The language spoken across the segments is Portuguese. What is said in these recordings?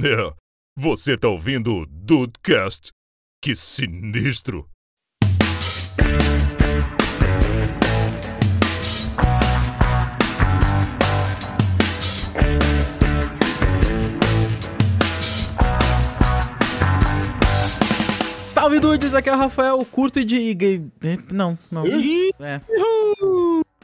É, você tá ouvindo o Dudecast? Que sinistro! Salve dudes, aqui é o Rafael, curto de. gay- Não, não. É.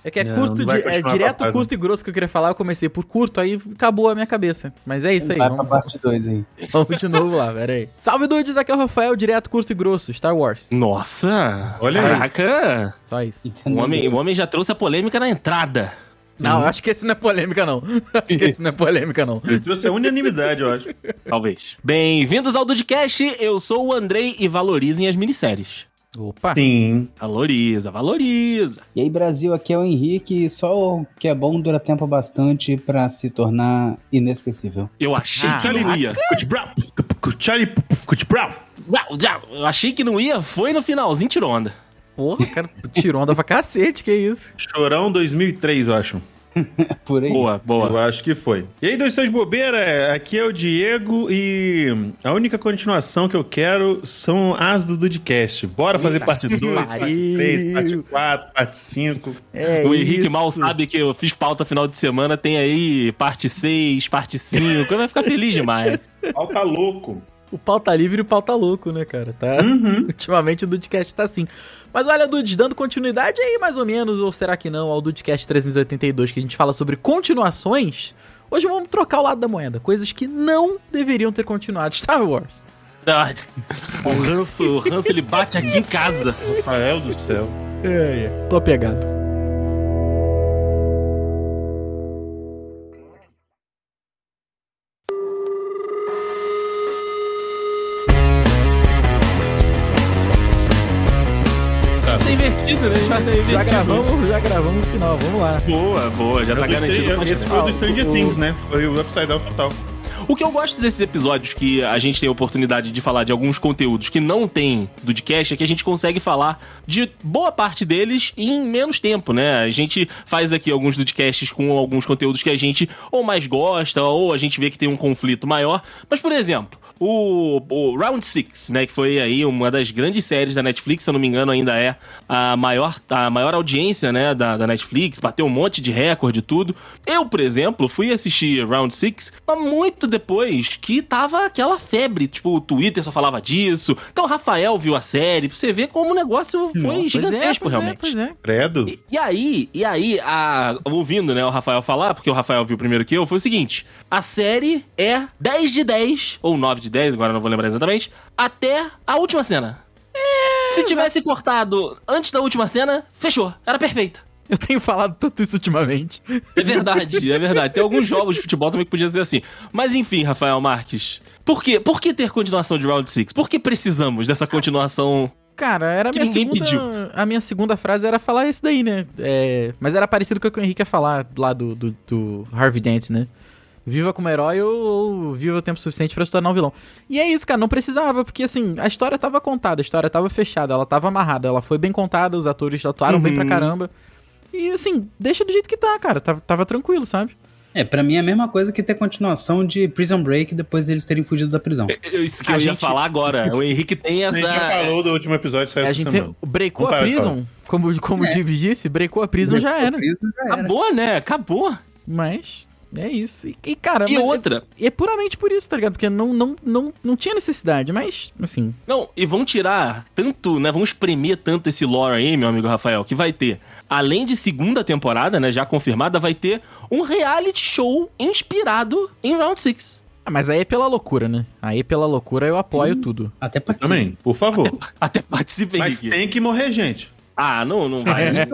É que é Não, curto não vai de. É continuar direto, pra trás, curto e grosso que eu queria falar. Eu comecei por curto, aí acabou a minha cabeça. Mas é isso aí, Vai pra tá vamos, parte 2 Um aí. vamos de novo lá, pera aí. Salve dudes, aqui é o Rafael, direto, curto e grosso, Star Wars. Nossa! Olha Caraca! Só isso. O Entendeu? homem, o homem já trouxe a polêmica na entrada. Não, eu acho que esse não é polêmica, não. Acho que esse não é polêmica, não. Ele trouxe a unanimidade, eu acho. Talvez. Bem-vindos ao Dudcast, eu sou o Andrei e valorizem as minisséries. Opa! Sim. Valoriza, valoriza. E aí, Brasil, aqui é o Henrique. Só o que é bom dura tempo bastante pra se tornar inesquecível. Eu achei Ah, que não ia. Charlie Brown. Uau, já, Eu achei que não ia, foi no finalzinho tirou onda. Porra, cara, tirou onda pra cacete, que isso? Chorão 2003, eu acho. É por aí. Boa, boa. Eu acho que foi. E aí, dois dois bobeira, aqui é o Diego e a única continuação que eu quero são as do Dudcast. Bora fazer parte 2, parte pariu. 3, parte 4, parte 5. É O Henrique isso. mal sabe que eu fiz pauta final de semana, tem aí parte 6, parte 5, vai ficar feliz demais. Pau tá louco. O pau tá livre e o pau tá louco, né, cara? Tá. Uhum. Ultimamente o Dudcast tá assim. Mas olha, Dudes, dando continuidade aí, mais ou menos, ou será que não, ao Dudcast 382, que a gente fala sobre continuações. Hoje vamos trocar o lado da moeda. Coisas que não deveriam ter continuado. Star Wars. Ah, O ranço, o ranço ele bate aqui em casa. Rafael do céu. É, é. Tô apegado. Tá invertido, né? Já tá invertido. Já gravamos, já gravamos o final, vamos lá. Boa, boa, já tá garantido. Mas- Esse foi o do Stranger o- Things, né? Foi o Upside Down total. O que eu gosto desses episódios que a gente tem a oportunidade de falar de alguns conteúdos que não tem do podcast é que a gente consegue falar de boa parte deles em menos tempo, né? A gente faz aqui alguns podcasts com alguns conteúdos que a gente ou mais gosta ou a gente vê que tem um conflito maior. Mas, por exemplo, o, o Round Six, né? Que foi aí uma das grandes séries da Netflix, se eu não me engano, ainda é a maior, a maior audiência, né? Da, da Netflix, bateu um monte de recorde e tudo. Eu, por exemplo, fui assistir Round Six mas muito depois que tava aquela febre. Tipo, o Twitter só falava disso. Então, o Rafael viu a série. Pra você ver como o negócio foi gigantesco, realmente. é, Pois é, Credo. E, e aí, e aí, a- ouvindo né, o Rafael falar, porque o Rafael viu primeiro que eu, foi o seguinte: a série é 10 de 10, ou 9 de 10, agora não vou lembrar exatamente, até a última cena. É, Se tivesse cortado antes da última cena, fechou. Era perfeita. Eu tenho falado tanto isso ultimamente. É verdade, é verdade. Tem alguns jogos de futebol também que podia ser assim. Mas enfim, Rafael Marques. Por quê? Por que ter continuação de Round 6? Por que precisamos dessa continuação? Cara, era a Que minha ninguém segunda... pediu. A minha segunda frase era falar isso daí, né? É, Mas era parecido com o que o Henrique ia falar lá do, do, do Harvey Dent, né? Viva como herói ou, ou viva o tempo suficiente pra se tornar um vilão. E é isso, cara, não precisava, porque assim, a história tava contada, a história tava fechada, ela tava amarrada, ela foi bem contada, os atores atuaram bem pra Uhum. caramba. E assim, deixa do jeito que tá, cara, tava, tava tranquilo, sabe? É, pra mim é a mesma coisa que ter continuação de Prison Break depois deles terem fugido da prisão. Eu- É Isso que A eu ia gente- falar agora. O Henrique tem A gente já essa. falou do último episódio, só a essa gente semana. se- breicou É Vamos a parar de prison, como, como o É. Dives disse, breicou a prison já era. Prison já era. Acabou, né? Acabou. Mas é isso. E, e, cara, E mas é- outra. E é puramente por isso, tá ligado? Porque não, não, não, não tinha necessidade, mas, assim. Não, e vão tirar tanto, né? Vão espremer tanto esse lore aí, meu amigo Rafael, que vai ter, além de segunda temporada, né? Já confirmada, vai ter um reality show inspirado em Round 6. Ah, mas aí é pela loucura, né? Aí pela loucura eu apoio tudo. Até pra Também, por favor. Até participei, Mas Henrique. tem que morrer, gente. Ah, não, não vai. é né?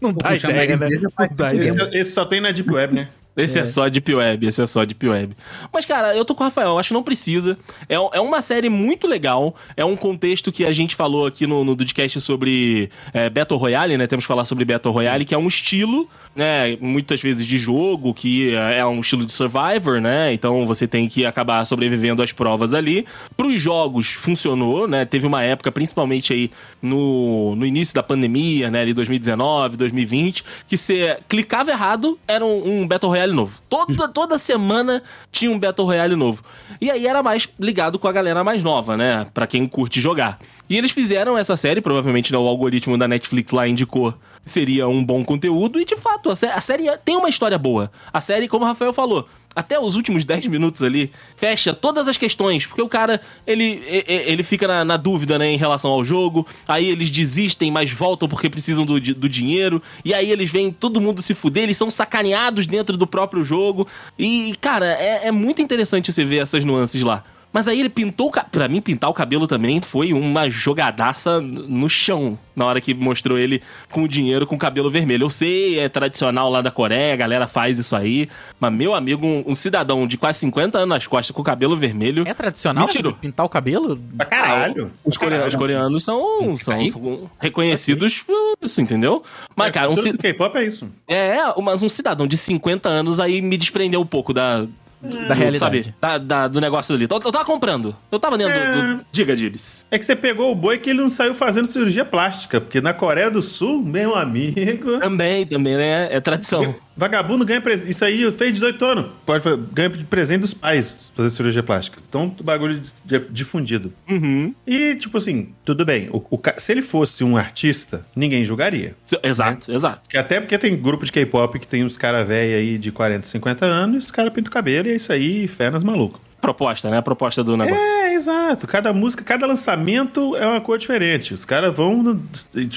Não Vou chamar ele mesmo, faz dá tudo. ideia. Esse, esse só tem na Deep Web, né? Esse é. É. só Deep Web, esse é só Deep Web. Mas, cara, eu tô com o Rafael, eu acho que não precisa. É, um- é uma série muito legal, é um contexto que a gente falou aqui no, no podcast sobre é, Battle Royale, né? Temos que falar sobre Battle Royale, que é um estilo, né? Muitas vezes de jogo, que é um estilo de Survivor, né? Então você tem que acabar sobrevivendo às provas ali. Pros jogos funcionou, né? Teve uma época, principalmente aí no, no início da pandemia, né? Ali 2019, 2020, que você clicava errado, era um, um Battle Royale Royale novo. Toda, toda semana tinha um Battle Royale novo. E aí era mais ligado com a galera mais nova, né? Pra quem curte jogar. E eles fizeram essa série, provavelmente né, o algoritmo da Netflix lá indicou seria um bom conteúdo. E de fato, a, sé- a série tem uma história boa. A série, como o Rafael falou, até os últimos 10 minutos ali, fecha todas as questões, porque o cara, ele, e- e- ele fica na, na dúvida, né, em relação ao jogo, aí eles desistem, mas voltam porque precisam do, di- do dinheiro, e aí eles vêm todo mundo se fuder, eles são sacaneados dentro do próprio jogo, e, cara, é, é muito interessante você ver essas nuances lá. Mas aí ele pintou, o ca- pra mim pintar o cabelo também foi uma jogadaça n- no chão, na hora que mostrou ele com o dinheiro com o cabelo vermelho. Eu sei, é tradicional lá da Coreia, a galera faz isso aí, mas meu amigo, um, um cidadão de quase 50 anos nas costas com o cabelo vermelho... É tradicional Me tirou. pintar o cabelo? Pra caralho. Os, coreanos, os coreanos são, são, Aí. são reconhecidos por isso, entendeu? Mas, cara, um, Tá Tudo ci- do K-pop é isso. é, mas um cidadão de 50 anos aí me desprendeu um pouco da. Da realidade. Sabe? Da- da- do negócio ali. Eu, eu tava comprando. Eu tava dentro É. do, do- Diga, Dibs. É que você pegou o boi que ele não saiu fazendo cirurgia plástica, porque na Coreia do Sul, meu amigo. Também, também, né? É tradição. Vagabundo ganha presente. Isso aí fez 18 anos. Pode fa- ganha de presente dos pais fazer cirurgia plástica. Então, o bagulho de- de- difundido. Uhum. E, tipo assim, tudo bem. O- o ca- se ele fosse um artista, ninguém julgaria. Se- Exato, exato. Que Até porque tem grupo de K-pop que tem uns caras velhos aí de 40, 50 anos, os caras pintam o cabelo e é isso aí, fernas maluco. Proposta, né? A proposta do negócio. É, exato. Cada música, cada lançamento é uma cor diferente. Os caras vão no-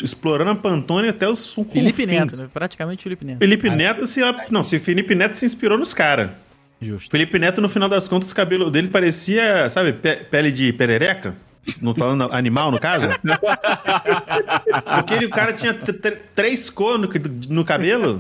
explorando a Pantone até os Felipe confins. Neto, né? Ah, Praticamente Felipe Neto. Felipe Neto se. Não, se Felipe Neto se inspirou nos caras. Justo. Felipe Neto, no final das contas, o cabelo dele parecia, sabe, pe- pele de perereca? Não falando animal, no caso? Porque ele, o cara tinha tr- tr- três cores no, no cabelo.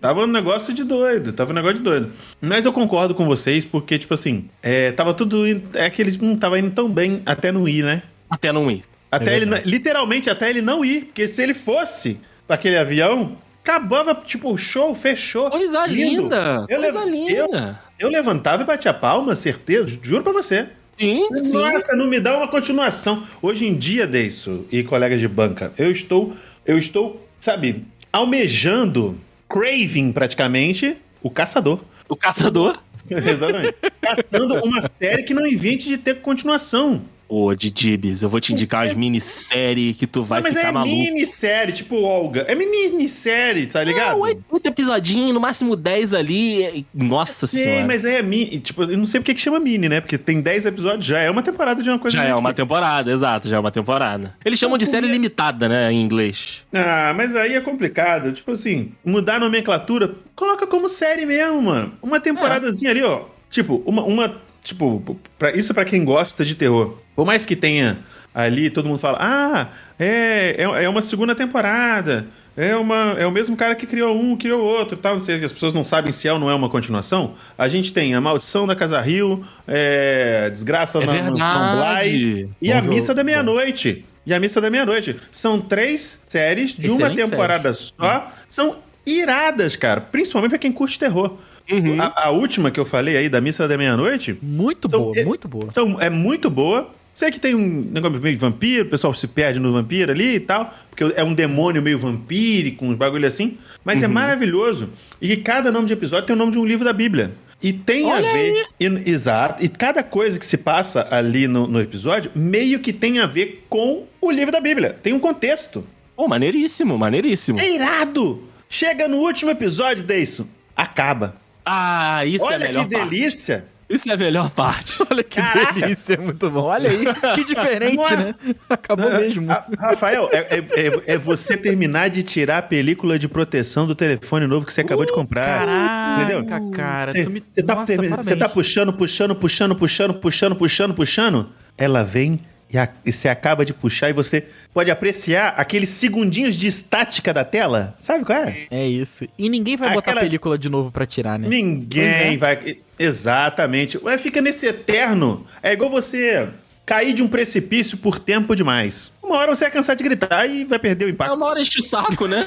Tava um negócio de doido, tava um negócio de doido. Mas eu concordo com vocês, porque, tipo assim, é, tava tudo. indo- É que ele não tava indo tão bem até não ir, né? Até não ir. Até É ele, verdade. não- literalmente, até ele não ir. Porque se ele fosse pra aquele avião, acabava, tipo, o show fechou. Coisa Lindo. linda! Eu coisa levo- linda! Eu levantava e batia palma, certeza, ju- juro pra você. Sim, sim. Nossa, não me dá uma continuação. Hoje em dia, Deiso e colegas de banca, eu estou, eu estou, sabe, almejando, craving praticamente, o caçador. O caçador. Exatamente. Caçando uma série que não invente de ter continuação. Ô, de Dibs, eu vou te indicar umas minissérie que tu vai Não, mas ficar é maluco. Ah, minissérie, tipo Olga. É minissérie, tá ligado? Não, oito, oito episodinhos, no máximo dez ali. e- Nossa Sim, senhora. mas é mini. Tipo, eu não sei porque que chama mini, né? Porque tem 10 episódios, já é uma temporada de uma coisa Já é Netflix. uma temporada, exato, já é uma temporada. Eles chamam de série limitada, né, em inglês. Ah, mas aí é complicado. Tipo assim, mudar a nomenclatura, coloca como série mesmo, mano. Uma temporadazinha ali, ó. Tipo, uma. uma tipo, pra, isso pra quem gosta de terror. Por mais que tenha ali, todo mundo fala: ah, é, é, é uma segunda temporada. É, uma, é o mesmo cara que criou um, criou outro, tal, não sei, que as pessoas não sabem se é ou não é uma continuação. A gente tem A Maldição da Casa Rio, é, Desgraça É na Mansão Bly, verdade. e a missa da meia-noite. E a missa da meia-noite. São três séries de uma Excelentes temporada só. São iradas, cara. Principalmente pra quem curte terror. Uhum. A, a última que eu falei aí, da missa da meia-noite, Muito Então, boa, é- muito boa. são, é muito boa. Sei que tem um negócio meio de vampiro, o pessoal se perde no vampiro ali e tal, porque é um demônio meio vampírico, uns bagulho assim, mas Uhum. é maravilhoso. E cada nome de episódio tem o nome de um livro da Bíblia. E tem a ver. e- exato. E cada coisa que se passa ali no, no episódio meio que tem a ver com o livro da Bíblia. Tem um contexto. Pô, maneiríssimo, maneiríssimo. É irado! Chega no último episódio, Deison. Acaba. Ah, isso é a Olha que melhor parte. delícia! Isso é a melhor parte. Olha que delícia, é muito bom. Olha aí, que diferente, Nossa. né? Acabou mesmo. Ah, Rafael, é, é- é- é você terminar de tirar a película de proteção do telefone novo que você acabou de Ah, comprar. Caraca, Entendeu? Uh, cara. Você tu me... você tá, Nossa, termi- parabéns. você tá puxando, puxando, puxando, puxando, puxando, puxando, puxando. Ela vem e, a- e você acaba de puxar e você pode apreciar aqueles segundinhos de estática da tela. Sabe qual é? É isso. E ninguém vai botar Aquela- a película de novo pra tirar, né? Ninguém vai. Exatamente. Ué, fica nesse eterno. É igual você cair de um precipício por tempo demais. Uma hora você vai cansar de gritar e vai perder o É impacto. uma hora enche o saco, né?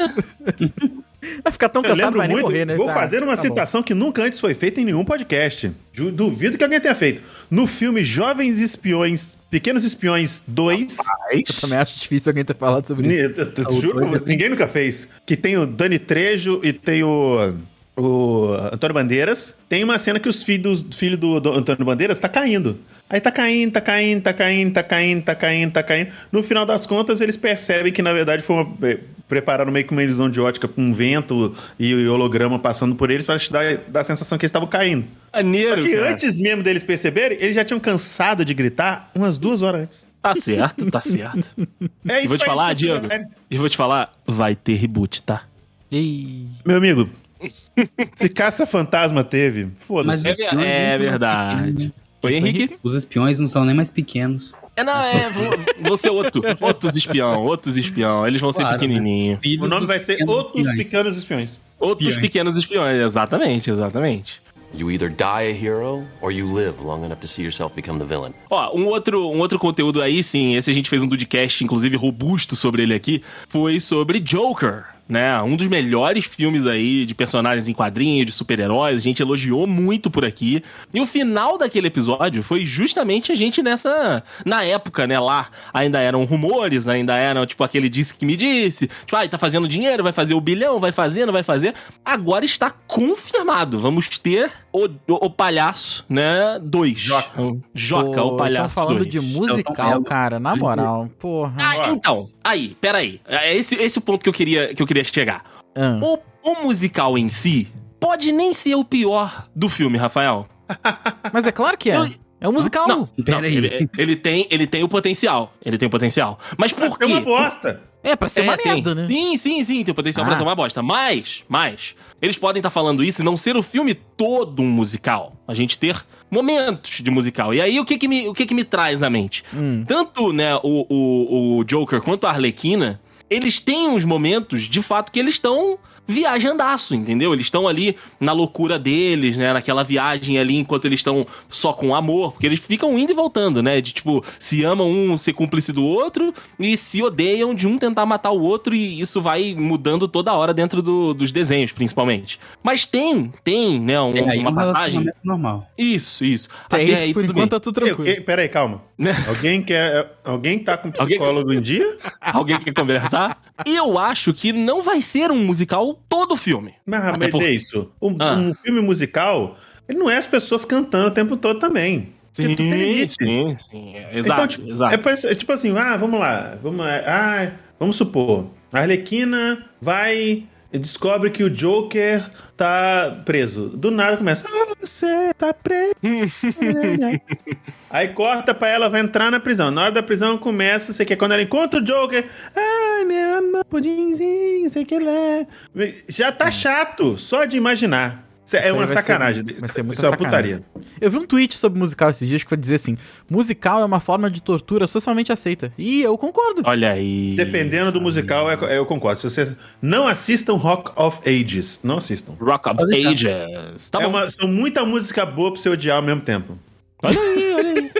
Vai ficar tão Eu cansado, lembro vai nem muito. morrer, né? Vou Tá, fazer uma tá bom. citação que nunca antes foi feita em nenhum podcast. Ju- Duvido que alguém tenha feito. No filme Jovens Espiões, Pequenos Espiões 2, Eu também acho difícil alguém ter falado sobre ni- isso. eu- eu- eu juro pra você, ninguém nunca fez. Que tem o Dani Trejo e tem o o Antônio Bandeiras, tem uma cena que os filhos do filho do, do Antônio Bandeiras tá caindo. Aí tá caindo, tá caindo, tá caindo, tá caindo, tá caindo, tá caindo. No final das contas, eles percebem que, na verdade, foi uma, eh, prepararam meio que uma ilusão de ótica com um vento e o holograma passando por eles pra te dar, dar a sensação que eles estavam caindo. Só Maneiro, que cara. antes mesmo deles perceberem, eles já tinham cansado de gritar umas duas horas antes. Tá certo, tá certo. É E vou te aí, falar, isso é Diego. sério. E vou te falar, vai ter reboot, tá? Ei. Meu amigo, se caça-fantasma teve, Mas foda-se. É, ver- é verdade. Oi, Henrique? Os espiões não são nem mais pequenos. É, não, é. vo- Você é outro. Outros espião, outros espião. Eles vão ser Claro, né? pequenininho. O nome vai ser Outros pequenos. Pequenos Espiões. Outros Espiões. pequenos espiões, exatamente, exatamente. You either die a hero or you live long enough to see yourself become the villain. Ó, um outro, um outro conteúdo aí, sim, esse a gente fez um podcast, inclusive robusto sobre ele aqui, foi sobre Joker, né? Um dos melhores filmes aí de personagens em quadrinhos, de super-heróis, a gente elogiou muito por aqui. E o final daquele episódio foi justamente a gente nessa. Na época, né, lá ainda eram rumores, ainda eram tipo aquele disse que me disse, tipo, ai, tá fazendo dinheiro, vai fazer o bilhão, vai fazer, não vai fazer. Agora está confirmado, vamos ter o, o, o palhaço, né, dois. Joca. Joca, Pô, o palhaço Tão falando dois. de Eu musical, tô cara, na moral. Porra. Ah, então, aí, peraí. É esse, esse o ponto que eu queria, que eu queria chegar. Ah. O, o musical em si pode nem ser o pior do filme, Rafael. Mas é claro que é. Eu- É um musical. Não, Pera não, aí. ele, ele tem, ele tem o potencial. Ele tem o potencial. Mas por É quê? uma bosta. É, pra ser uma tem. merda, né? Sim, sim, sim, tem o potencial pra Ah. ser uma bosta. Mas, mas, eles podem estar falando isso e não ser o filme todo um musical. A gente ter momentos de musical. E aí, o que que me, o que que me traz à mente? Hum. Tanto, né, o, o, o Joker quanto a Arlequina, eles têm uns momentos, de fato, que eles estão viajandaço, entendeu? Eles estão ali na loucura deles, né? Naquela viagem ali, enquanto eles estão só com amor. Porque eles ficam indo e voltando, né? De, tipo, se amam um, ser cúmplice do outro. E se odeiam de um tentar matar o outro. E isso vai mudando toda hora dentro do- dos desenhos, principalmente. Mas tem, tem, né? um- Tem aí uma um passagem. relacionamento normal. Isso, isso. Tem, Até aí, por tudo bem. enquanto tá tudo tranquilo. Eu- eu- peraí, calma. Né? Alguém quer. Alguém tá com Alguém- psicólogo em dia? Alguém quer conversar? Eu acho que não vai ser um musical todo o filme. Mas, Até mas por- é isso. Um, Ah. um filme musical, ele não é as pessoas cantando o tempo todo também. Porque tudo tem limite. sim, sim. Exato, então, tipo, exato. é parece- é tipo assim, ah, vamos lá. Vamos, lá, ah, vamos supor. A Arlequina vai e descobre que o Joker tá preso. Do nada começa. "Ah, Você tá preso. Aí corta pra ela, vai entrar na prisão. Na hora da prisão começa, sei que é quando ela encontra o Joker. Ai, meu amor, pudinzinho, sei que lá. Já tá Hum. chato, só de imaginar. Isso Isso aí é uma vai ser- sacanagem. vai ser muita Isso é uma sacanagem. putaria. Eu vi um tweet sobre musical esses dias que foi dizer assim: musical é uma forma de tortura socialmente aceita. E eu concordo. Olha aí. Dependendo do musical, é- eu concordo. Se vocês não assistam Rock of Ages, não assistam. Rock of Olha, Ages. Tá é bom. uma, são muita música boa pra você odiar ao mesmo tempo. Olha aí, olha aí.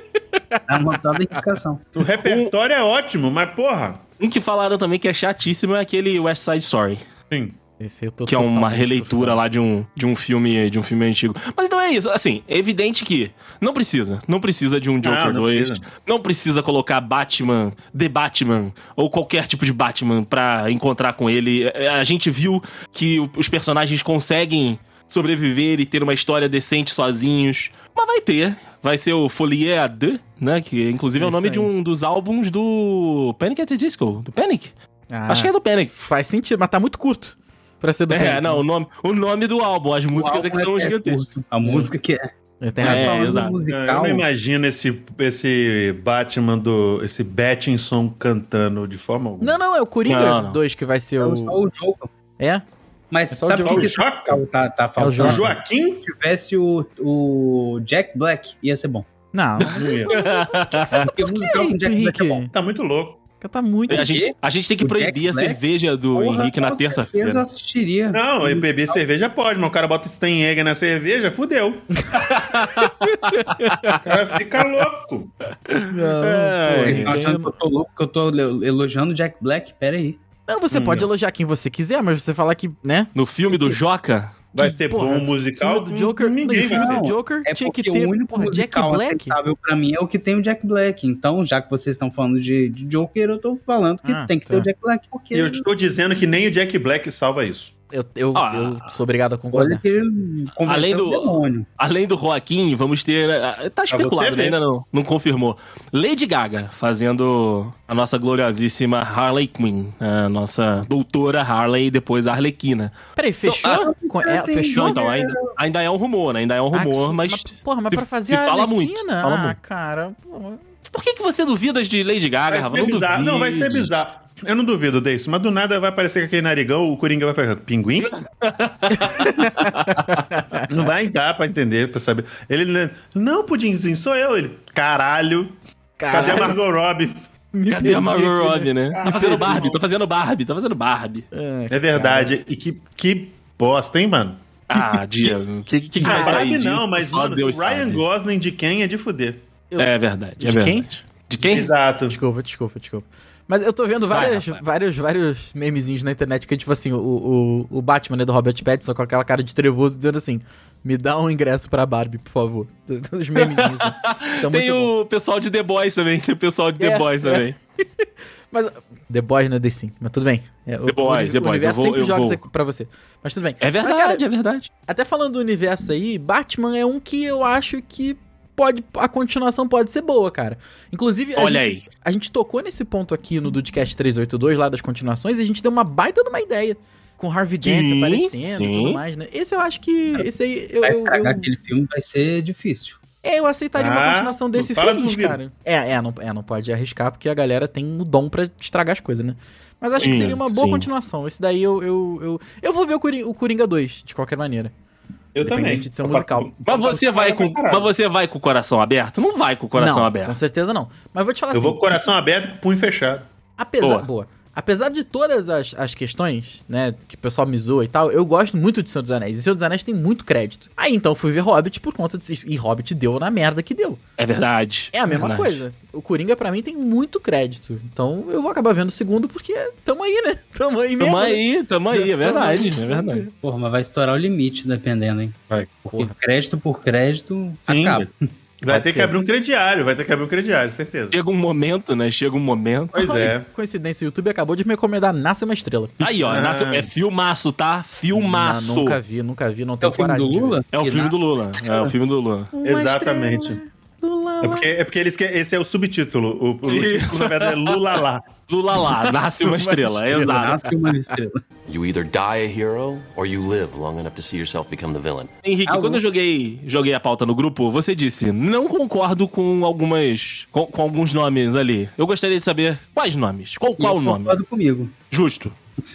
É uma tal da indicação. O repertório é ótimo, mas porra. Um que falaram também que é chatíssimo é aquele West Side Story. Sim. Esse eu tô que é uma totalmente releitura confuso. lá de um, de um filme de um filme antigo. Mas então é isso, assim, é evidente que não precisa, não precisa de um não Joker 2, precisa. não precisa colocar Batman, The Batman ou qualquer tipo de Batman pra encontrar com ele. É, A gente viu que o- os personagens conseguem sobreviver e ter uma história decente sozinhos, mas vai ter, vai ser o Folie à Deux, né, que inclusive é, É o nome isso de aí. um dos álbuns do Panic! at the Disco, do Panic? Ah, Acho que é do Panic. Faz sentido, mas tá muito curto pra ser do né? É, Panic! não, o nome, o nome do álbum, as músicas é que são é gigantescas. curto. A música que é. É, Tem Mas razão. falando exato. É, do Eu não musical, imagino esse, esse Batman do. esse Batinson cantando de forma alguma. Não, não, é o Não, Coringa não. 2 que vai ser é o. só o jogo. É? Mas É só o sabe o jogo. que, que Só o esse musical tá, tá faltando? jogo. O não. Joaquim? Se tivesse o, o Jack Black, ia ser bom. Não. Não ia. Porque o musical com Henrique, Jack Black é bom. Henrique, Tá muito louco. tá muito. A gente, a gente tem que O Jack proibir a Black? cerveja do Porra, Henrique na com certeza Eu terça-feira. assistiria. Não, e beber cerveja pode, mas o cara bota Steinhega na cerveja, fudeu. o cara fica louco. Não, pô, Vocês É, Henrique. estão Henrique. achando que eu tô louco, que eu tô le- elogiando o Jack Black? Pera aí. Não, você pode elogiar quem você quiser, mas você falar que, né? No filme do Joca? Vai Que ser porra, bom o musical. filme do Joker, ninguém vai filme do ser. não. Joker É tinha que porque ter o único porra, Jack musical Black. aceitável pra mim é o que tem o Jack Black. Então, já que vocês estão falando de, de Joker, eu tô falando que Ah, tem que tá. ter o Jack Black. Porque E eu estou dizendo que nem o Jack Black salva isso. Eu, eu, Ah. eu sou obrigado a concordar. Olha que Além Além do- do demônio. Além do Joaquim, vamos ter. ah, Tá você especulado, ver. né? ainda não, não confirmou. Lady Gaga fazendo a nossa gloriosíssima Harley Quinn, a nossa doutora Harley e depois a Arlequina. Peraí, fechou? Com- é, tem fechou? Não, então, ainda, ainda é um rumor, né? Ainda é um Ah, que rumor, su- mas. Porra, mas se- pra fazer se a fala muito, Arlequina? se fala ah, muito. cara. pô. Por que, que você duvida de Lady Gaga, Vai Rafa? ser Não bizarro. duvide. Não, vai ser bizarro. Eu não duvido disso, mas do nada vai aparecer com aquele narigão, o Coringa vai pegar. Pinguim? não vai dar pra entender, pra saber. Ele, né, não, Pudimzinho, sou eu. Ele, caralho, cadê a Margot Robbie? Me perdi Cadê a aqui, Margot Robbie, né? né? Tá fazendo Barbie, tá fazendo Barbie, tá fazendo Barbie. É, É verdade. E que, que bosta, hein, mano? Ah, Diego, o que, que, que Ah, vai sair Barbie disso? não, mas Só mano, Deus Ryan sabe. Gosling de quem é de fuder. É verdade, é De quem? verdade. De quem? Exato. Desculpa, desculpa, desculpa. Mas eu tô vendo Vai, várias, Rafael. vários, vários memezinhos na internet que é tipo assim, o, o, o Batman né, do Robert Pattinson com aquela cara de trevoso dizendo assim, me dá um ingresso pra Barbie, por favor. Os memezinhos. assim. Tão Tem muito bom. o pessoal de The Boys também, tem o pessoal de The É, Boys é. também. Mas, The Boys não é The Sim, mas tudo bem. É, o, The Boys, uni- The Boys, universo eu vou- sempre eu joga vou. isso aqui pra você. Mas tudo bem. É Mas, cara, verdade, é verdade. Até falando do universo aí, Batman é um que eu acho que pode a continuação pode ser boa, cara. Inclusive, a Olha gente, a gente tocou nesse ponto aqui no Dudcast 382 lá das continuações e a gente deu uma baita de uma ideia com Harvey Dent Sim, aparecendo e tudo sim. mais, né? Esse eu acho que esse aí eu, Vai eu, cagar eu, aquele filme, vai ser difícil. é, eu aceitaria uma Ah, continuação desse não fala feliz, duvido. cara. É, é não, é, não pode arriscar porque a galera tem o dom pra estragar as coisas, né? Mas acho que Sim, seria uma boa sim. continuação. Esse daí eu eu, eu, eu vou ver o Coringa, o Coringa 2 de qualquer maneira. Eu Independente também. de ser Eu musical. passo- Mas você, vai com, Então, caralho. mas você vai com o coração aberto? Não vai com o coração não, Com aberto. certeza não. Mas vou te falar Eu assim, vou com o coração aberto e com o punho fechado. apesar, Boa. boa. Apesar de todas as, as questões, né, que o pessoal me zoa e tal, eu gosto muito de Senhor dos Anéis. E Senhor dos Anéis tem muito crédito. Aí então eu fui ver Hobbit por conta disso. E Hobbit deu na merda que deu. É verdade. É a mesma Verdade. coisa. O Coringa pra mim tem muito crédito. Então eu vou acabar vendo o segundo porque tamo aí, né? Tamo aí mesmo. Tamo né? aí, tamo aí, é verdade, é verdade. Porra, mas vai estourar o limite, dependendo, hein? Vai. Porque Porra. crédito por crédito, acaba. Vai ter ser. que abrir um crediário, vai ter que abrir um crediário, certeza. Chega um momento, né? Chega um momento. Pois é. Coincidência, o YouTube acabou de me recomendar Nasce uma Estrela. Aí, ó, Ah. nasce- é filmaço, tá? Não, Filmaço. nunca vi, nunca vi, não É o tenho filme do coragem. de ver. Lula? É o Que filme na- do Lula. É o filme do Lula. Uma Exatamente. estrela, Lula, É porque, é porque eles que- esse é o subtítulo. O, o título, na verdade, é Lula lá. Lula lá, nasce uma estrela. Exato. Nasce uma estrela. You either die a hero or you live long enough to see yourself become the villain. Henrique, Alô? quando eu joguei, joguei a pauta no grupo, você disse: não concordo com algumas. com, com alguns nomes ali. Eu gostaria de saber quais nomes. Qual, qual E o nome? Concordo comigo. Justo.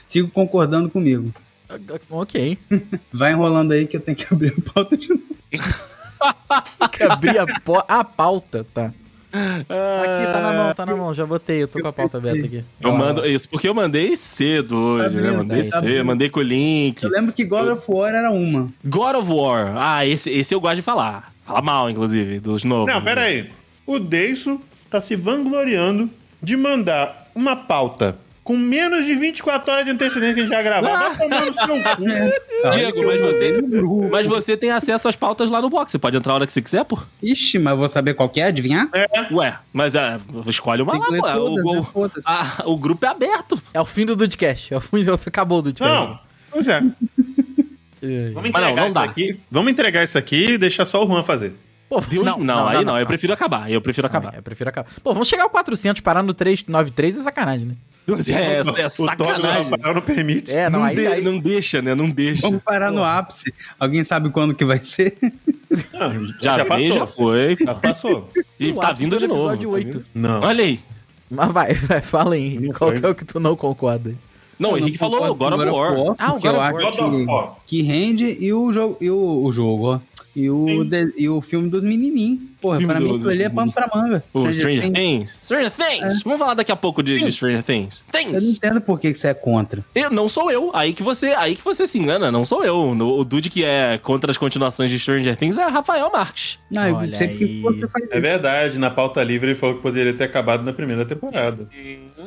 Sigo concordando comigo. Ah, Ok. Vai enrolando aí que eu tenho que abrir a pauta de novo. que abrir a, po- a pauta, tá. Ah. Aqui, tá na mão, tá na mão, já botei, eu tô com a pauta aberta aqui. Eu mando. é Isso, porque eu mandei cedo hoje, né? vendo, Mandei tá cedo, vendo. mandei com o link. Eu lembro que God of War era uma. God of War. Ah, esse, esse eu gosto de falar. Fala mal, inclusive, dos novos. Não, pera aí. O Deiso tá se vangloriando de mandar uma pauta com menos de 24 horas de antecedência que a gente ia gravar. Vai tomar no seu cu. Diego, mas você, Lembro. mas você tem acesso às pautas lá no box. Você pode entrar a hora que você quiser, pô. Ixi, mas eu vou saber qual que é, adivinhar? Ué, mas é, escolhe uma Tem lá, que ler pô. É todas, Ah, O, né? o, Todas. a- o grupo é aberto. É o fim do Dudcast, é o fim, acabou o Dudcast. Não. Pois é. É. Vamos Mas não, entregar não isso dá. aqui. Vamos entregar isso aqui e deixar só o Juan fazer. Pô, Deus, não, aí não, Eu prefiro acabar. Eu prefiro acabar. acabar. eu prefiro acabar. Pô, vamos chegar ao 400, parar no 393 é sacanagem, né? É, é, o Todd do sacanagem. Rafael não permite. É, Não, não, aí, de- aí- não deixa, né? Não deixa. Vamos parar no ápice. Alguém sabe quando que vai ser? Não, Já, veio, já foi. pô. Já passou. E o tá ápice vindo foi de no novo. episódio tá oito. vindo. Não. Olha aí. Mas vai, vai, fala aí, Henrique, Não qual foi. que é o que tu não concorda? Não, o Eu Henrique falou concordo God of com War. Ah, o porque God of eu acho War. God of War. que rende e o jogo, e o, o jogo, ó. E o, Sim. de- e o filme dos menininhos. Porra, Filme pra do- mim aquilo ali é dos pano pra manga. O Stranger Stranger Things. Things. Stranger Things. Vamos falar daqui a pouco de, de Stranger Things. Eu não Things. entendo por que, que você é contra. Eu, não sou eu. Aí que você, aí que você se engana. Não sou eu. No- o dude que é contra as continuações de Stranger Things é Rafael Marques. Não, eu Olha não sei por aí. que você faz É isso. verdade, na pauta livre ele falou que poderia ter acabado na primeira temporada.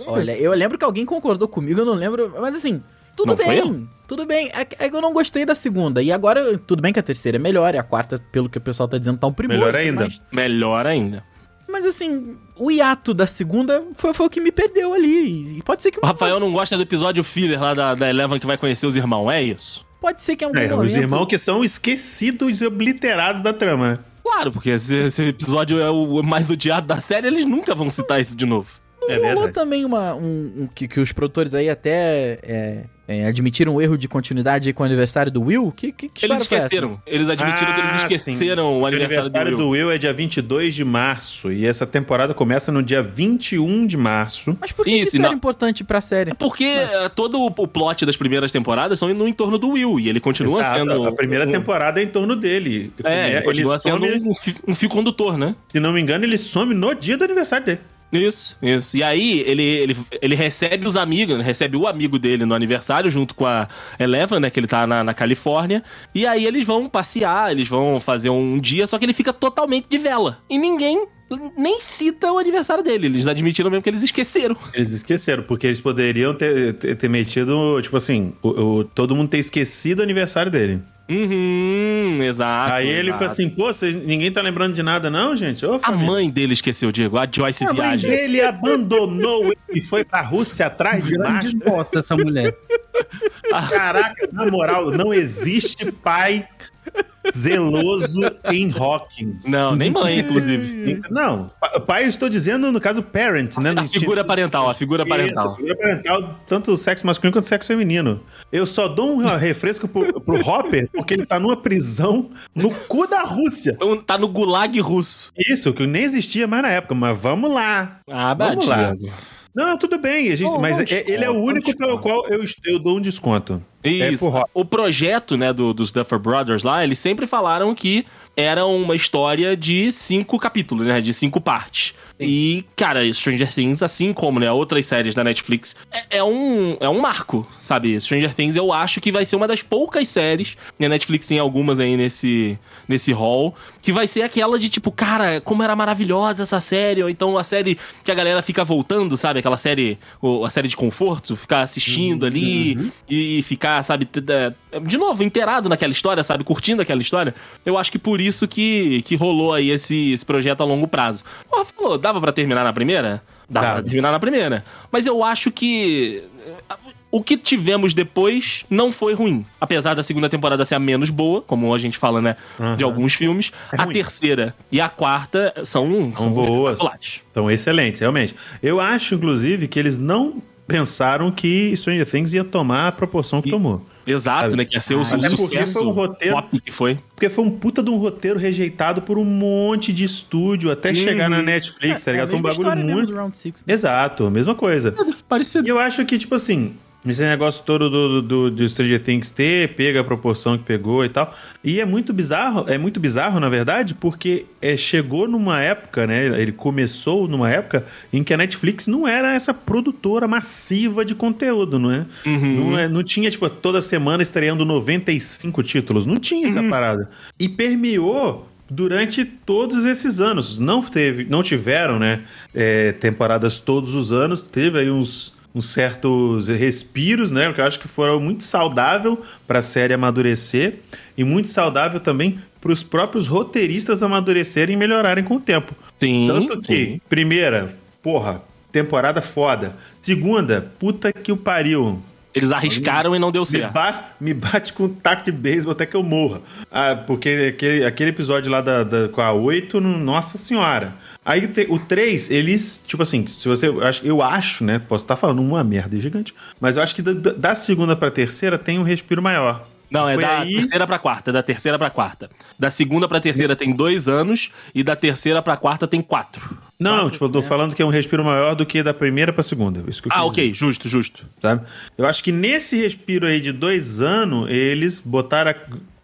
Olha, eu lembro que alguém concordou comigo, eu não lembro. Mas assim, tudo Não foi bem. Tudo bem. É que- é que eu não gostei da segunda. E agora, eu- tudo bem que a terceira é melhor. E a quarta, pelo que o pessoal tá dizendo, tá um primor. Melhor ainda. Mas, Melhor ainda. mas Mas assim, o hiato da segunda foi, foi o que me perdeu ali. E pode ser que. um O Rafael não gosta do episódio filler lá da, da Eleven que vai conhecer os irmãos, é isso? Pode ser que em algum É, momento. os irmãos que são esquecidos e obliterados da trama. né? Claro, porque esse, esse episódio é o mais odiado da série, eles nunca vão citar isso de novo. É rolou verdade. também uma. Um, um- que, que os produtores aí até é, é, admitiram o erro de continuidade aí com o aniversário do Will? Que, que, que Eles história foi essa? esqueceram. Eles admitiram que Ah, eles esqueceram sim. o aniversário, do Will. do Will é dia 22 de março e essa temporada começa no dia 21 de março. Mas por que, que Isso, isso não. era importante pra série? É Porque eh, todo o, o plot das primeiras temporadas são no entorno do Will e ele continua Exato, sendo. a primeira um- temporada é em torno dele. É, ele continua sendo some, um, fi- um fio condutor, né? Se não me engano, ele some no dia do aniversário dele. Isso, isso. E aí ele, ele, ele recebe os amigos, né? recebe o amigo dele no aniversário, junto com a Eleven, né? Que ele tá na, na Califórnia. E aí eles vão passear, eles vão fazer um dia, só que ele fica totalmente de vela. E ninguém nem cita o aniversário dele. Eles admitiram mesmo que eles esqueceram. Eles esqueceram, porque eles poderiam ter, ter, ter metido, tipo assim, o- o- todo mundo ter esquecido o aniversário dele. Uhum, exato. Aí ele exato. falou assim, pô, vocês- ninguém tá lembrando de nada não, gente? Ô, A família. mãe dele esqueceu, Diego. A Joyce A mãe viaja. dele abandonou ele e foi pra Rússia atrás de Grande macho. bosta essa mulher. Caraca, na moral, não existe pai zeloso em Hawkins. Não, nem mãe, inclusive. Não, pa- pai eu estou dizendo, no caso, parent, né? A figura parental, a figura parental. parental. figura parental, tanto o sexo masculino quanto o sexo feminino. Eu só dou um refresco pro, pro Hopper, porque ele tá numa prisão no cu da Rússia. Então, Tá no gulag russo. Isso, que nem existia mais na época, mas vamos lá. Ah, Vamos lá. Diego. Não, tudo bem, a gente, Não, mas não é- ele é desconto, o não único pelo desconto. qual eu, est- eu dou um desconto. É Isso. pro Hopper. o projeto, né, do- dos Duffer Brothers lá, eles sempre falaram que era uma história de cinco capítulos, né, de cinco partes. E, cara, Stranger Things, assim como, né, outras séries da Netflix, é, é um, é um marco, sabe? Stranger Things eu acho que vai ser uma das poucas séries, né, Netflix tem algumas aí nesse, nesse hall, que vai ser aquela de tipo, cara, como era maravilhosa essa série, ou então a série que a galera fica voltando, sabe? Aquela série, ou a série de conforto, ficar assistindo ali e ficar, sabe, t- da- de novo, inteirado naquela história, sabe? Curtindo aquela história. Eu acho que por isso que, que rolou aí esse, esse projeto a longo prazo. O Rafa falou, dava pra terminar na primeira? Dava Dava. pra terminar na primeira. Mas eu acho que. eh, O que tivemos depois não foi ruim. Apesar da segunda temporada ser a menos boa, como a gente fala, né? De alguns filmes. a ruim. terceira e a quarta são, são boas. espetaculares. Então, excelente, realmente. Eu acho, inclusive, que eles não pensaram que Stranger Things ia tomar a proporção que tomou. Exato, Sabe? né? Que ia ser o, o Até porque sucesso foi um roteiro- pop que foi. Porque foi um puta de um roteiro rejeitado por um monte de estúdio até chegar na Netflix, tá É, é a ligado? Foi um mesma bagulho história mesmo muito. do Round Six. né? Exato, mesma coisa. Parecido. E eu acho que, tipo assim, esse negócio todo do, do, do Stranger Things ter, pega a proporção que pegou e tal. E é muito bizarro, é muito bizarro, na verdade, porque é, chegou numa época, né? Ele começou numa época em que a Netflix não era essa produtora massiva de conteúdo, não é? Não, é- não tinha, tipo, toda semana estreando 95 títulos. Não tinha essa parada. E permeou durante todos esses anos. Não, teve, não tiveram, né? é, temporadas todos os anos. Teve aí uns, uns certos respiros, né? Que eu acho que foram muito saudável para a série amadurecer e muito saudável também para os próprios roteiristas amadurecerem e melhorarem com o tempo. Sim. Tanto que, sim. primeira, porra, temporada foda. Segunda, puta que o pariu. Eles arriscaram e não deu Me, certo. ba- me bate com um taco de beisebol até que eu morra. Ah, porque aquele, aquele episódio lá da, da- com a 8, no- nossa senhora. Aí te- o 3, eles, tipo assim, se você. eu acho- Eu acho, né? Posso estar falando uma merda gigante. Mas eu acho que da, da- da segunda pra terceira tem um respiro maior. Não, é Foi da aí- terceira pra quarta, é da terceira pra quarta. Da segunda pra terceira tem dois anos e da terceira pra quarta tem quatro. Não, não, tipo, eu tô falando que é um respiro maior do que da primeira pra segunda. Isso que eu né? Ah, quis ok, justo, justo. sabe? Eu acho que nesse respiro aí de dois anos, eles botaram. A...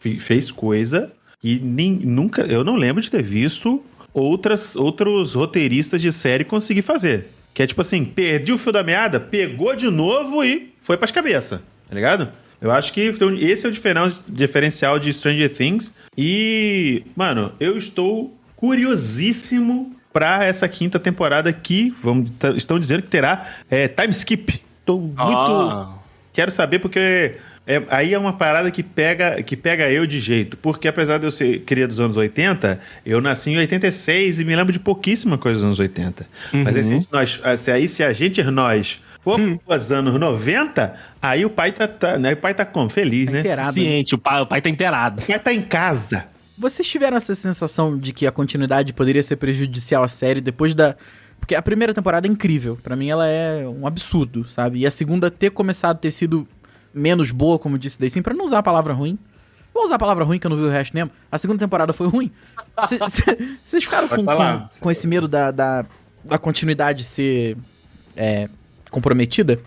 fe- fez coisa que nem, nunca. Eu não lembro de ter visto outras, outros roteiristas de série conseguir fazer. Que é tipo assim, perdi o fio da meada, pegou de novo e foi pras cabeças, tá ligado? Eu acho que então, esse é o diferen- diferencial de Stranger Things. E, mano, eu estou curiosíssimo pra essa quinta temporada que vamos, tá- estão dizendo que terá é, time skip. Tô muito. Ah. Quero saber porque É, aí é uma parada que pega, que pega eu de jeito, porque apesar de eu ser cria dos anos 80, eu nasci em 86 e me lembro de pouquíssima coisa dos anos 80. Mas aí se, a gente- nós, ah, se aí se a gente, nós, for pros anos 90, aí o pai tá, tá- né? O pai tá como? Feliz, né? Inteirado. Ciente, o pai, o pai tá inteirado. O pai tá em casa. Vocês tiveram essa sensação de que a continuidade poderia ser prejudicial à série depois da. Porque a primeira temporada é incrível. Pra mim, ela é um absurdo, sabe? E a segunda ter começado a ter sido menos boa, como disse daí sim, pra não usar a palavra ruim. Vou usar a palavra ruim, que eu não vi o resto mesmo. A segunda temporada foi ruim. C- c- Vocês ficaram Pode com, com, falar. com esse medo da, da, da continuidade ser é, comprometida?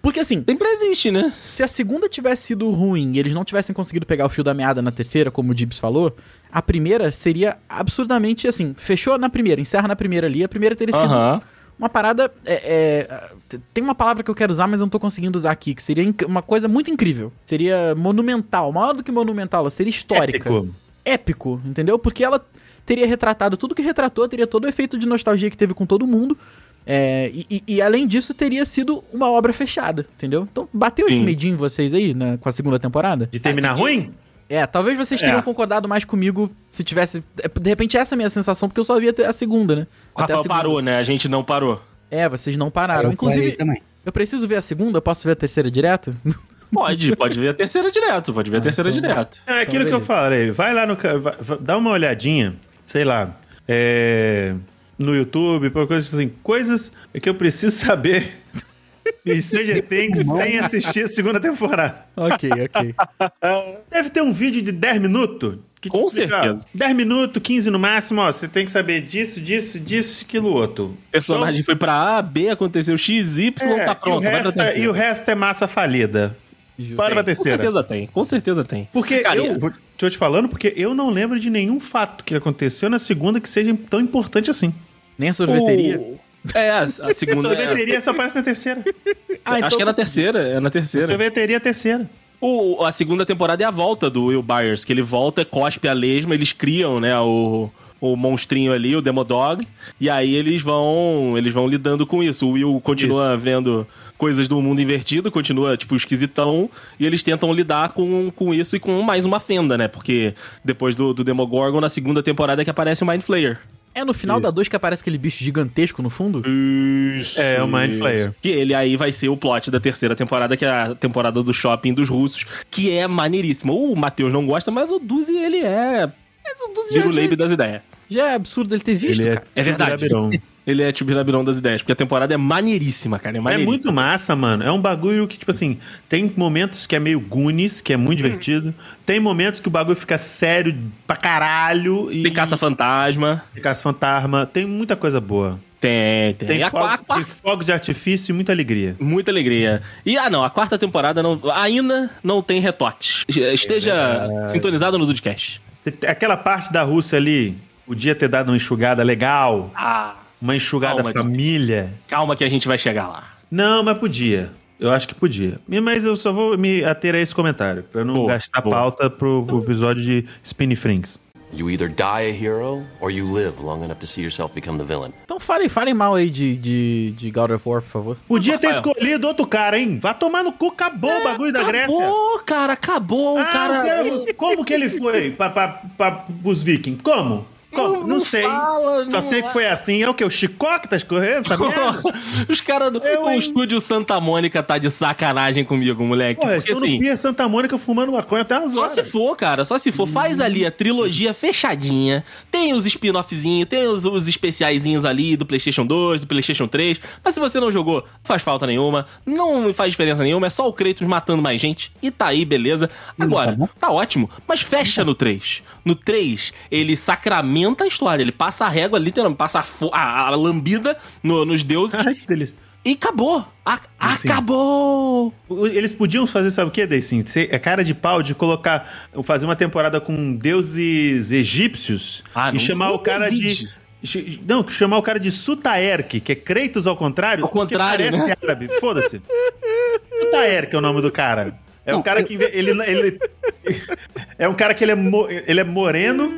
Porque assim, Sempre existe, né? se a segunda tivesse sido ruim e eles não tivessem conseguido pegar o fio da meada na terceira, como o Gibbs falou, a primeira seria absurdamente assim: fechou na primeira, encerra na primeira ali. A primeira teria sido Aham. uma parada. é, é, t- tem uma palavra que eu quero usar, mas eu não tô conseguindo usar aqui, que seria inc- uma coisa muito incrível. Seria monumental, maior do que monumental, ela seria histórica Épico. épico, entendeu? Porque ela teria retratado tudo que retratou, teria todo o efeito de nostalgia que teve com todo mundo. é, e, e- e, além disso, teria sido uma obra fechada, entendeu? Então, bateu esse Sim. medinho em vocês aí né, com a segunda temporada? De terminar ruim? É, talvez vocês teriam concordado mais comigo se tivesse. é, De repente, essa é a minha sensação, porque eu só vi até a segunda, né? O até a Rafael segunda. parou, né? A gente não parou. É, vocês não pararam. Eu Inclusive, parei também. eu preciso ver a segunda, posso ver a terceira direto? Pode, pode ver a terceira direto, pode ver a terceira então- direto. É aquilo que eu beleza. falei. Vai lá no. ca- va- va- Dá uma olhadinha, sei lá. é, no YouTube, por coisas assim. Coisas que eu preciso saber. E seja Things um sem assistir a segunda temporada. ok, ok. Deve ter um vídeo de 10 minutos. Que Com explica, ó, certeza. 10 minutos, 15 no máximo, ó. Você tem que saber disso, disso, disso, aquilo outro. O personagem foi pra A, B, aconteceu X, Y, É, tá pronto. e, o vai pra resto, é- e terceira. o resto é massa falida. Para pra Com terceira. certeza tem, com certeza tem. Porque Cara, eu e- vou, tô te falando, porque eu não lembro de nenhum fato que aconteceu na segunda que seja tão importante assim. Nem a sorveteria. O- É, a a segunda. é- Sorveteria então só aparece na terceira. Ah, Acho que é na terceira, é na terceira. Sorveteria é a terceira. O, a segunda temporada é a volta do Will Byers, que ele volta, cospe a lesma, eles criam, né, o, o monstrinho ali, o Demodog, e aí eles vão eles vão lidando com isso. O Will continua vendo coisas do mundo invertido, continua, tipo, esquisitão, e eles tentam lidar com, com isso e com mais uma fenda, né, porque depois do, do Demogorgon, na segunda temporada é que aparece o Mind Flayer. É no final da 2 que aparece aquele bicho gigantesco no fundo? Hum, Isso. É, o Mind Flayer. Que ele aí vai ser o plot da terceira temporada, que é a temporada do shopping dos russos, que é maneiríssimo. O Matheus não gosta, mas o Duzi, ele é. Mas o dos Vira o leibe das ideias. Já é absurdo ele ter visto, Ele cara. É verdade. Tibirabirão. Ele é tipo Birabirão das ideias, porque a temporada é maneiríssima, cara. É, É maneiríssima. muito massa, mano. É um bagulho que, tipo assim, tem momentos que é meio Goonies, que é Hum. muito divertido. Tem momentos que o bagulho fica sério pra caralho. E Tem caça-fantasma. Tem caça-fantasma. Tem muita coisa boa. Tem, tem. Tem, É, E a fogo, quarta- tem fogo de artifício e muita alegria. Muita alegria. E, ah, não, a quarta temporada não, ainda não tem retoque. É Esteja sintonizado no Dudcast. Aquela parte da Rússia ali, podia ter dado uma enxugada legal. Ah, Uma enxugada Calma, família. calma que a gente vai chegar lá. Não, mas podia. Eu acho que podia. Mas eu só vou me ater a esse comentário, pra eu não Boa, gastar boa. pauta pro, pro episódio de Spinny Frings. You either die a hero or you live long enough to see yourself become the villain. Então falem, falem mal aí de, de, de God of War, por favor. Podia ter Rafael. escolhido outro cara, hein? Vá tomar no cu, acabou o bagulho da Grécia. Acabou, cara, acabou, Ah, cara. quero- Como que ele foi pra, pra, pra, pros vikings? Como? Como? Não- Não, não sei. fala, Só não sei que foi assim. É o que? O Chicó que tá escorrendo? Essa merda? Os caras do Eu, o hein? estúdio Santa Mônica tá de sacanagem comigo, moleque. Porra, Porque estou no assim, Pia Santa Mônica fumando maconha até as só horas. se for, cara, só se for. Faz ali a trilogia fechadinha. Tem os spin-offzinhos, tem os, os especiaizinhos ali do PlayStation 2, do PlayStation 3. Mas se você não jogou, não faz falta nenhuma. Não faz diferença nenhuma. É só o Kratos matando mais gente. E tá aí, beleza. Agora, tá ótimo. Mas fecha no 3. No 3, ele sacramenta a história. Ele passa a régua, literalmente, passa a, fo- a- a lambida no- nos deuses. Ai, que delícia. E acabou. A- Assim. acabou. O- Eles podiam fazer, sabe o que, Deicin? Ser- É cara de pau de colocar. fazer uma temporada com deuses egípcios Ah, e não- chamar não o cara duvide. de. chi- Não, chamar o cara de Sutaerk, que é Kratos ao contrário. Ao porque contrário, Parece né? árabe, foda-se. Sutaerk é o nome do cara. É um cara que. inve- Ele, ele- é um cara que ele é, mo- ele é moreno,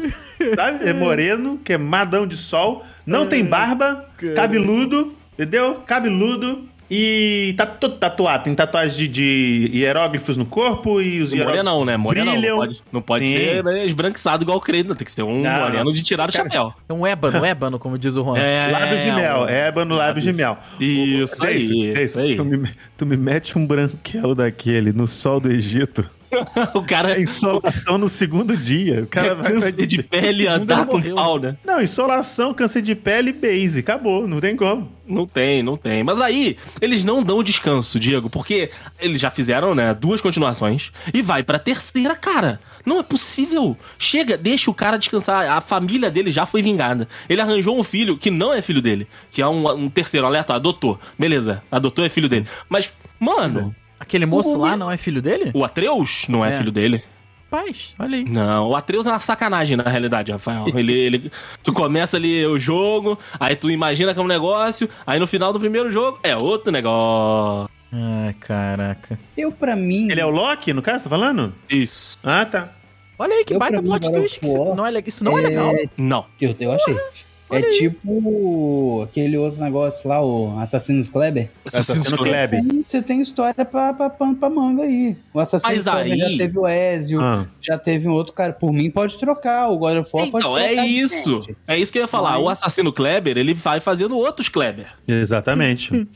sabe? É moreno, que é madão de sol, não tem barba, cabeludo, entendeu? Cabeludo, E tatu tatuado, tem tatuagem de, de hieróglifos no corpo e os Morena hieróglifos. não, né? Morena não. brilham. pode, não pode Sim. ser né, esbranquiçado igual o Creda. Tem que ser um Não, moreno não. de tirar o Cara, chapéu. É um ébano, ébano, como diz o Juan. É, Lábios de mel, é mano. ébano, lábios de mel. Isso Ô, aí, Deis, Deis, isso aí. Tu me, tu me mete um branquelo daquele no sol do Egito. O cara é É insolação no segundo dia. O cara vai câncer vai- de pele segundo andar ele com morreu. pau, né? Não, insolação, câncer de pele, base. Acabou, não tem como. Não tem, não tem. Mas aí, eles não dão descanso, Diego, porque eles já fizeram, né, duas continuações e vai pra terceira, cara. Não é possível. Chega, deixa o cara descansar. A família dele já foi vingada. Ele arranjou um filho que não é filho dele, que é um, um terceiro aleatório, adotou. Beleza, adotou é filho dele. Mas, mano, Aquele moço lá não é filho dele? o Atreus não é, É. filho dele. Paz, olha aí. Não, o Atreus é uma sacanagem na realidade, Rafael. Ele, ele- tu começa ali o jogo, aí tu imagina que é um negócio, aí no final do primeiro jogo é outro negócio. Ah, caraca. Eu, pra mim. Ele é o Loki, no caso, tá falando? Isso. Ah, tá. Olha aí que Eu, pra baita mim, plot God of twist. que isso War não é, le- isso não é, legal. Não. Eu, eu achei. É tipo aquele outro negócio lá, o Assassinos Kleber. Assassino é Kleb. Aí Você tem história pra, pra, pra, pra manga aí. O Assassinos Mas aí- Kleber já teve o Ezio, Ah. já teve um outro cara. Por mim, pode trocar. O God of War pode Então, trocar. é gente. isso. É isso que eu ia falar. O assassino Kleber, ele vai fazendo outros Kleber. Exatamente.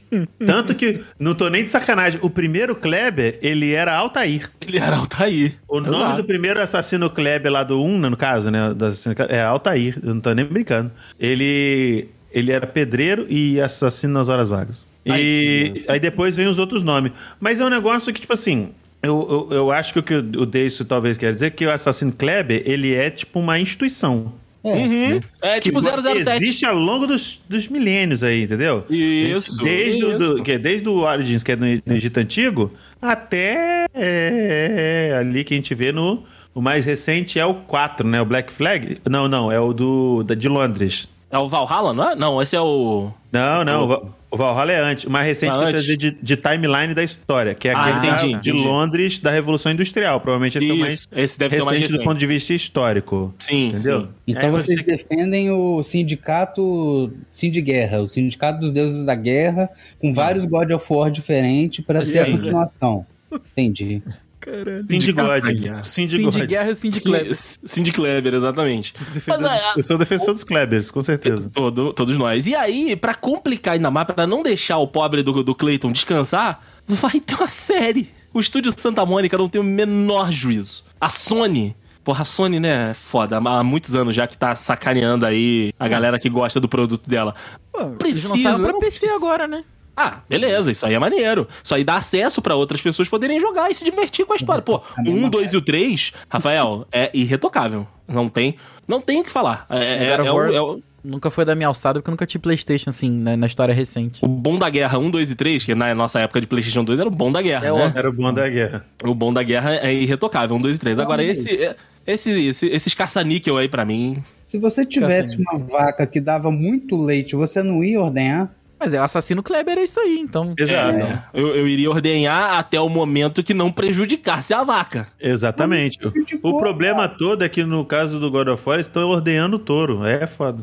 Tanto que, não tô nem de sacanagem, o primeiro Kleber, ele era Altair. Ele era Altair. O nome Exato. do primeiro assassino Kleber lá do 1, no caso, né? do assassino Kleber, é Altair, eu não tô nem brincando. Ele, ele era pedreiro e assassino nas horas vagas. E aí depois vem os outros nomes. Mas é um negócio que, tipo assim, eu, eu, eu acho que o que o Deisson talvez quer dizer é que o assassino Kleber, ele é tipo uma instituição. É. Uhum. É tipo Que 007. Existe ao longo dos, dos milênios aí, entendeu? Isso, Desde, O, isso. do, que, é desde o Origins, que é no, no Egito Antigo, até é, ali que a gente vê no. O mais recente é o 4, né? O Black Flag. Não, não, é o do da, de Londres. É o Valhalla, não é? Não, esse é o. Não, Esse não, é o, o- Va- o Valhalla é antes. O mais recente Ah, que eu antes. trazer de, de timeline da história, que é Ah, aquele da- entendi, de entendi. Londres da Revolução Industrial. Provavelmente esse é o mais Isso, esse deve ser o mais recente do recente. ponto de vista histórico. Sim, entendeu? sim. É, Aí Então vocês você- defendem o sindicato Sind Guerra, o sindicato dos deuses da guerra, com vários God of War diferentes para ser a Sim. continuação. Entendi. Cindy né? God. Caçanha. Cindy Sim, de God. guerra e sim de Kleber. Sim, Cindy Kleber, exatamente. Defensor Mas, dos- eu sou defensor dos Klebers, com certeza. Todo- todos nós. E aí, pra complicar ainda mais, pra não deixar o pobre do, do Clayton descansar, vai ter uma série. O estúdio Santa Mônica não tem o menor juízo. A Sony. Porra, a Sony, né? é Foda. Há muitos anos já que tá sacaneando aí a galera que gosta do produto dela. Pô, Precisa, eles lançaram pra não PC precisa. agora, né? Ah, beleza, isso aí é maneiro. Isso aí dá acesso pra outras pessoas poderem jogar e se divertir com a história. Pô, o 1, 2 e o 3, Rafael, é irretocável. Não tem, não tem o que falar. É, é- Agora é o- War- é o, Nunca foi da minha alçada, porque eu nunca tive Playstation, assim, na, na história recente. O bom da guerra 1, 2 e 3, que na nossa época de PlayStation 2 era o bom da guerra, É né? Era o bom da guerra. O bom da guerra é irretocável, 1, 2 e 3. Agora, Não, esse, é- esse, esse, esses caça-níquel aí pra mim. Se você tivesse assim. uma vaca que dava muito leite, você não ia ordenhar? Mas é, o assassino Kleber é isso aí, então. Exato. é, eu, eu iria ordenhar até o momento que não prejudicasse a vaca. Exatamente. Tipo, O problema todo é que no caso do God of War eles estão ordenhando o touro. É foda.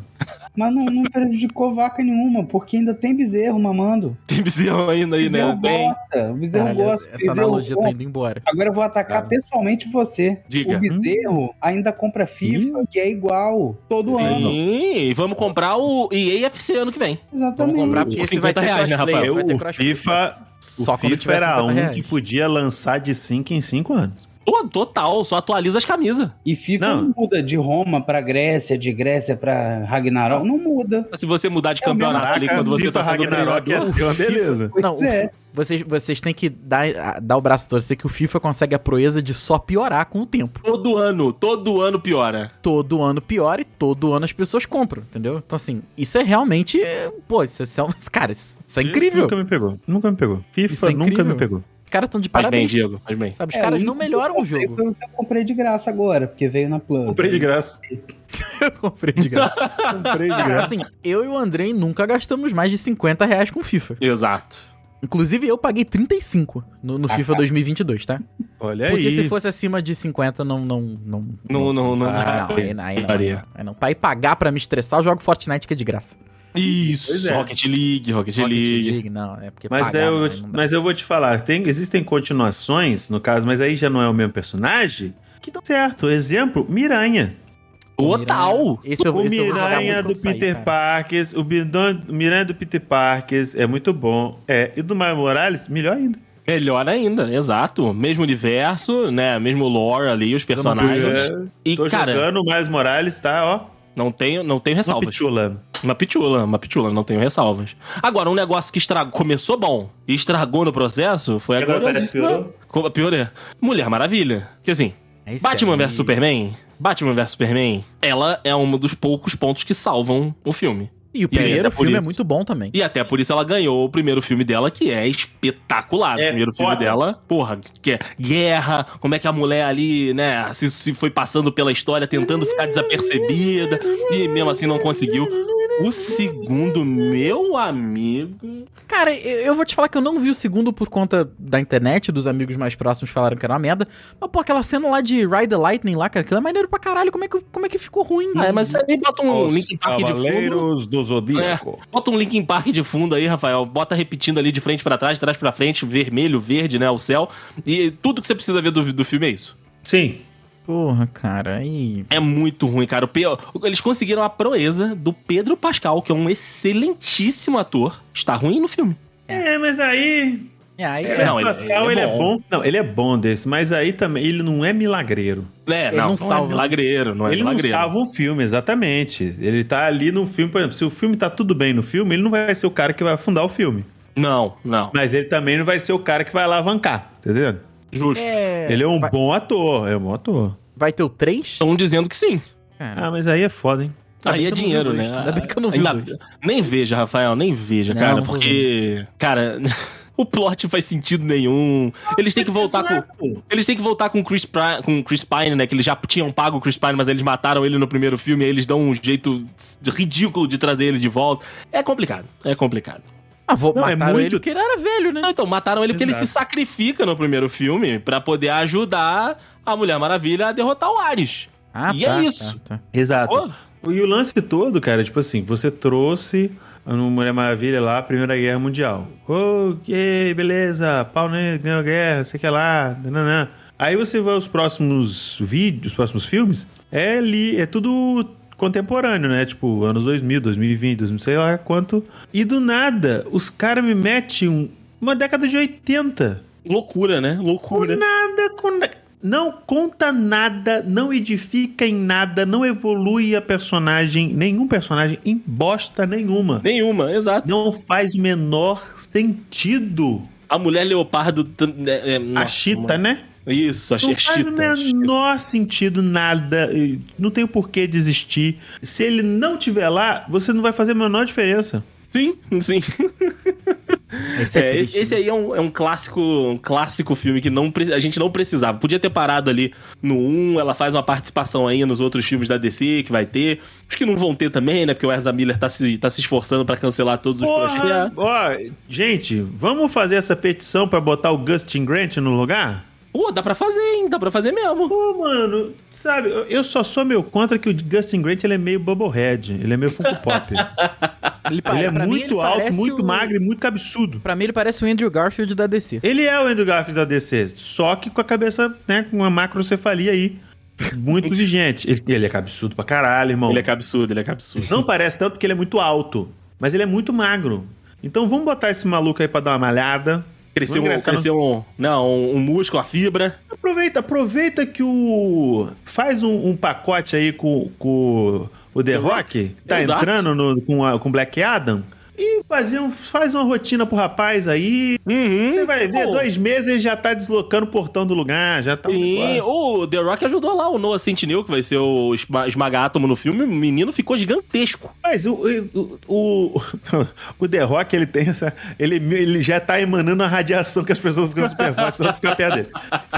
Mas não, não prejudicou vaca nenhuma, porque ainda tem bezerro mamando. Tem bezerro ainda aí, né? Bezerro Tem. gosta, o bezerro É, Caralho, gosta. o essa bezerro analogia tá compra. indo embora. Agora eu vou atacar pessoalmente você. Diga. O bezerro ainda compra FIFA, que é igual, todo ano. Sim, vamos comprar o EAFC ano que vem. Exatamente. Vamos comprar, porque esse vai ter 50 reais, né, crossplay, Rafael? esse vai ter o crossplay. FIFA, Só o quando FIFA tiver era 50 um reais. que podia lançar de 5 em 5 anos. Pô, Total, só atualiza as camisas. E FIFA não. Não. muda de Roma pra Grécia, de Grécia pra Ragnarok, não muda. Se você mudar de campeonato ali Caraca, quando você FIFA tá sendo Ragnarok ia treinador... ser uma beleza. Pois Não, o é. fi- vocês, vocês têm que dar, a- dar o braço a torcer que o FIFA consegue a proeza de só piorar com o tempo. Todo ano, todo ano piora. Todo ano piora e todo ano as pessoas compram, entendeu? Então, assim, isso é realmente. é, Pô, isso, isso é, um- cara, isso, isso é incrível. Nunca me pegou. Nunca me pegou. Isso é FIFA nunca me incrível. pegou. Os caras estão de Faz bem, parabéns. Diego, faz bem. sabe? Os É, caras o não único melhoram que o eu comprei jogo. foi o que Eu comprei de graça agora, porque veio na Plus. Comprei de graça. Eu comprei de graça. Comprei de Cara, graça. assim, eu e o Andrei nunca gastamos mais de 50 reais com FIFA. Exato. Inclusive, eu paguei 35 no, no FIFA 2022, tá? Olha Porque aí. se fosse acima de 50, não... Não, não, Não, não, não. Ah, não, aí, aí não, aí não. Aí não. Pra ir pagar pra me estressar, eu jogo Fortnite que é de graça. Pois Isso, é. Rocket League, Rocket, League. não, é porque Mas, pagar, daí eu, né, não dá. mas eu vou te falar, tem, existem continuações, no caso, mas aí já não é o mesmo personagem, que dão certo. Exemplo, Miranha. Total. Esse eu, o esse eu vou jogar Miranha muito do quando sair, Peter cara. Parker, o, Bidon- o Miranha do Peter Parker é muito bom. É, e do Mario Morales, melhor ainda. Melhor ainda, exato. Mesmo universo, né? Mesmo lore ali, os personagens. É, E, Tô cara, jogando o Miles Morales, tá, ó, não tenho, não tenho uma tipo, ressalvas. pitula. Uma pitula, uma pitula, não tenho ressalvas. Agora, um negócio que estragou, começou bom e estragou no processo foi a Agora parece que gloriosíssima... Co- Pior é. Mulher Maravilha. Que assim, É isso Batman aí. vs Superman, Batman vs Superman, ela é um dos poucos pontos que salvam o filme. E o E aí, primeiro até por filme é isso. muito bom também. E até por isso ela ganhou o primeiro filme dela, que é espetacular. É o primeiro filme foda. dela, porra, que é guerra, como é que a mulher ali, né, se, se foi passando pela história, tentando ficar desapercebida, e mesmo assim não conseguiu. O segundo, meu amigo. Cara, eu eu vou te falar que eu não vi o segundo por conta da internet, dos amigos mais próximos falaram que era uma merda. Mas, pô, aquela cena lá de Ride the Lightning lá, cara, aquilo é maneiro pra caralho. Como é que, como é que ficou ruim? Ah, mas aí bota um Linkin Park de fundo. do É, bota um Linkin Park de fundo aí, Rafael. Bota repetindo ali de frente pra trás, de trás pra frente, vermelho, verde, né? O céu. E tudo que você precisa ver do, do filme é isso. Sim. Porra, cara, aí. É muito ruim, cara. O Pe- Eles conseguiram a proeza do Pedro Pascal, que é um excelentíssimo ator, está ruim no filme. É, mas aí É, aí É, Não, o ele- Pascal, ele, ele é é bom. Não, ele é bom desse, mas aí também ele não é milagreiro. É, Ele não, não não, salva, é milagreiro, não é ele milagreiro. não salva um filme, exatamente. Ele tá ali no filme, por exemplo, se o filme tá tudo bem no filme, ele não vai ser o cara que vai afundar o filme. Não, não. Mas ele também não vai ser o cara que vai alavancar, tá entendendo? Justo. É, ele é um vai, bom ator, é um bom ator. vai ter o 3? Estão dizendo que sim. Ah, mas aí é foda, hein? Aí bem que eu é não vi dinheiro, os né? dois. Ainda bem que eu não vi Ainda- os dois. Nem veja, Rafael, nem veja, Não, cara, não vou porque. Cara. O plot não faz sentido nenhum. Eles têm que Tá voltar é com. Eles têm que voltar com o Chris, Pri- com o Chris Pine, né? Que eles já tinham pago o Chris Pine, mas eles mataram ele no primeiro filme. Aí eles dão um jeito ridículo de trazer ele de volta. É complicado. É complicado. Ah, vou Não, é mataram muito- ele porque ele era velho, né? Não, então, mataram ele porque ele se sacrifica no primeiro filme pra poder ajudar a Mulher Maravilha a derrotar o Ares. Ah, E é isso. tá, tá. Exato. Pô, E o lance todo, cara, tipo assim, você trouxe no Mulher Maravilha lá a Primeira Guerra Mundial. Ok, beleza, pau negro ganhou a guerra, sei que é lá, nananã. Aí você vai aos próximos vídeos, os próximos filmes, é ali, é tudo contemporâneo, né? Tipo, anos 2000, 2020, 2000, sei lá quanto. E do nada, os caras me metem um- uma década de 80. loucura, né? Com Loucura. nada, com na- Não conta nada, não edifica em nada, não evolui a personagem, nenhum personagem, em bosta nenhuma. Nenhuma, exato. Não faz o menor sentido. A Mulher Leopardo. tam- É, é, a nossa, é Chita, né? Isso, a Não faz Xerxita. o menor sentido nada. e Não tem por que desistir. Se ele não tiver lá, você não vai fazer a menor diferença. Sim, sim. Esse é, É, triste. esse, esse aí é um, é um clássico um clássico filme que não, pre- a gente não precisava. Podia ter parado ali no 1, ela faz uma participação aí nos outros filmes da DC que vai ter. Os que não vão ter também, né? Porque o Ezra Miller tá se, tá se esforçando pra cancelar todos os Porra! projetos. Ó, gente, vamos fazer essa petição pra botar o Gustin Grant no lugar? Pô, dá pra fazer, hein? Dá pra fazer mesmo. Pô, mano, sabe, eu- eu só sou meu contra que o Gustin Grant ele é meio Bubblehead, ele é meio Funko Pop. Ele, pa- ele é pra mim, muito ele alto, parece muito o- magro e muito cabeçudo. Pra mim, ele parece o Andrew Garfield da DC. Ele é o Andrew Garfield da DC, só que com a cabeça, né, com uma macrocefalia aí, muito vigente. Ele, ele é cabeçudo pra caralho, irmão. Ele é absurdo, ele é absurdo. Não parece tanto porque ele é muito alto, mas ele é muito magro. Então vamos botar esse maluco aí pra dar uma malhada. Cresceu, um, Vamos ingressar no- cresceu um, não, um, um músculo, a fibra. Aproveita, aproveita que o. Faz um, um pacote aí com, com o The Rock, tá Exato. entrando no- com, a, com Black Adam. E fazia um- faz uma rotina pro rapaz aí. Uhum. Você vai ver, Pô, dois meses ele já tá deslocando o portão do lugar, já tá. um Sim, negócio. o The Rock ajudou lá o Noah Centineo, que vai ser o esma- esmaga-átomo no filme. O menino ficou gigantesco. Mas o, o, o, o The Rock, ele tem essa. Ele, ele já tá emanando a radiação que as pessoas ficam super fortes, não ficar perto dele.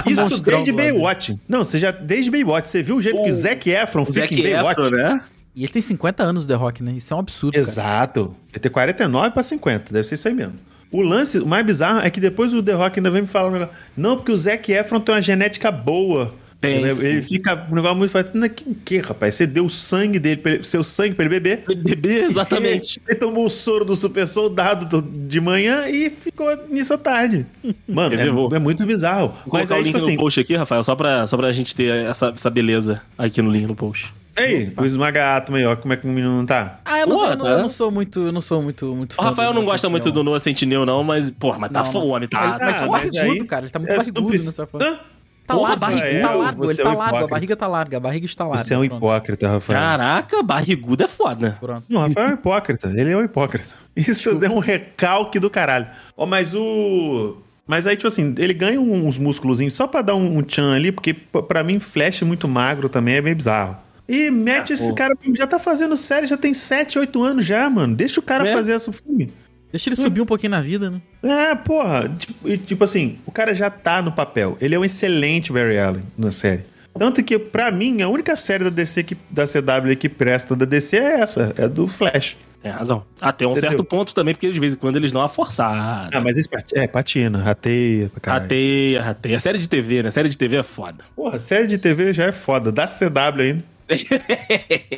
Isso monstrão desde do lado dele. Baywatch. Não, você já. Desde Baywatch, você viu o jeito que o Zac Efron fica Zac em Baywatch? Efron, né? E ele tem 50 anos, The Rock, né? Isso é um absurdo, cara. Exato. Ele tem 49 pra 50, deve ser isso aí mesmo. O lance, o mais bizarro é que depois o The Rock ainda vem me falar um negócio. Não, porque o Zac Efron tem uma genética boa. Tem. ele, ele sim. fica um negócio muito forte. Não, Que, que, rapaz? Você deu o sangue dele, pra ele- seu sangue pra ele beber. Bebê, exatamente. Ele, ele tomou o soro do super soldado do- de manhã e ficou nisso à tarde. Mano, Quer ver? Vou- é, é muito bizarro. Vou Mas colocar aí, o link tipo assim, no post aqui, Rafael, só pra, só pra gente ter essa, essa beleza aqui no link no post. ei, o esmagato aí, ó, como é que o menino não tá? Ah, eu não, Pô, eu não- tá. eu não sou muito, eu não sou muito, muito O Rafael do não gosta Sentinel, muito do Noah Sentinel, não, mas, porra, mas tá Não, fo- o homem, tá. Ele- mas tá foi mas barrigudo, aí- cara, ele tá muito é, barrigudo não precisa- nessa foto. Hã? Tá Porra, largo, barrigudo, tá largo, você ele é tá um largo, a hipócrita. barriga tá larga, a barriga está larga. Você é um Pronto, hipócrita, Rafael. Caraca, barrigudo é foda. pronto. Não, Rafael é um hipócrita. Ele é um hipócrita. Isso é um recalque do caralho. Ó, mas o. Mas aí, tipo assim, ele ganha uns músculozinhos só pra dar um, um tchan ali, porque p- pra mim, Flash muito magro também é meio bizarro. E mete esse cara, já tá fazendo série, já tem 7, 8 anos já, mano. Deixa o cara É. fazer esse filme. Deixa ele subir um pouquinho na vida, né? É, porra. Tipo, e, tipo assim, o cara já tá no papel. Ele é um excelente Barry Allen na série. Tanto que, pra mim, a única série da DC que, da CW que presta da DC é essa, é do Flash. Tem razão. Até um Entendeu? certo ponto também, porque de vez em quando eles dão uma forçada. Ah, mas esse pat... é patina, rateia pra caralho. Rateia, rateia. Série de TV, né? Série de TV é foda. Porra, série de TV já é foda. Da CW ainda.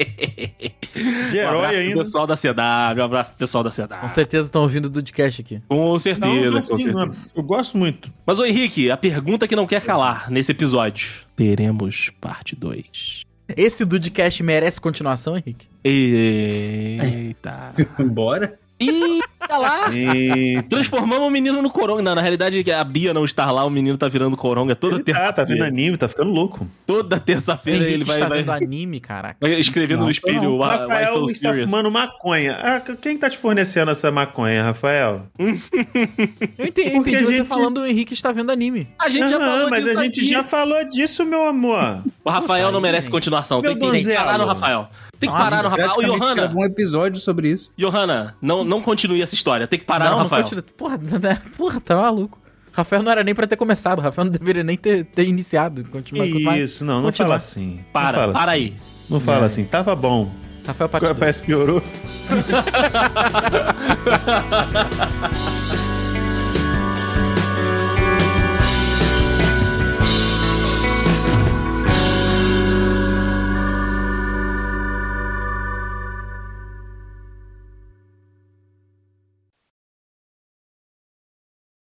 De um herói abraço pro ainda. pessoal da CW, um abraço pro pessoal da CW. Com certeza estão ouvindo do podcast aqui. Com certeza, Não, é não, com sim, certeza. não. Eu gosto muito. Mas, ô Henrique, a pergunta que não quer calar nesse episódio. Teremos parte 2. Esse Dudcast merece continuação, Henrique? Eita. Bora. Eita lá! E... Transformamos o menino no coronga. Não, na realidade, a Bia não estar lá, o menino tá virando coronga toda Ele tá, tá vendo terça-feira. anime, tá ficando louco. toda terça-feira Henrique ele vai, está vai, vendo anime, caraca. vai escrevendo no Não, espelho "Ah, Why- Why Rafael So está Serious. fumando maconha. Ah, quem tá te fornecendo essa maconha, Rafael? Eu entendi, eu Porque entendi a você gente- falando o Henrique está vendo anime. A gente já Aham, falou mas disso a gente aqui. já falou disso, meu amor. O Rafael não Aí, merece gente. continuação. Meu Tem que, tem que donzelo. parar no Rafael. Tem que Nossa, parar no Rafael. Ô, Praticamente Johanna, gravou um episódio sobre isso. Johanna, não, não continue essa história. Tem que parar no Rafael. continua. Porra, né? porra, tá maluco. Rafael não era nem pra ter começado, Rafael não deveria nem ter, ter iniciado. Continua, continua. Isso, não, não Continua. fala assim. Não Para, fala para assim. aí. É. Não fala assim, tava bom. Rafael parte dois. Parece que piorou.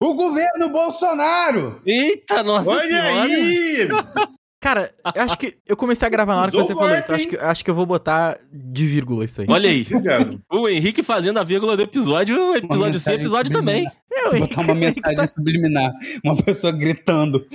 O governo Bolsonaro! Eita, nossa senhora. Cara, eu acho que eu comecei a gravar na hora que Usou você falou golpe, isso. Eu acho, hein? que, eu acho que eu vou botar de vírgula isso aí. Olha aí. Obrigado. O Henrique fazendo a vírgula do episódio, episódio C, mensagem episódio também. subliminar. Eu, Vou botar uma mensagem tá- subliminar. Uma pessoa gritando.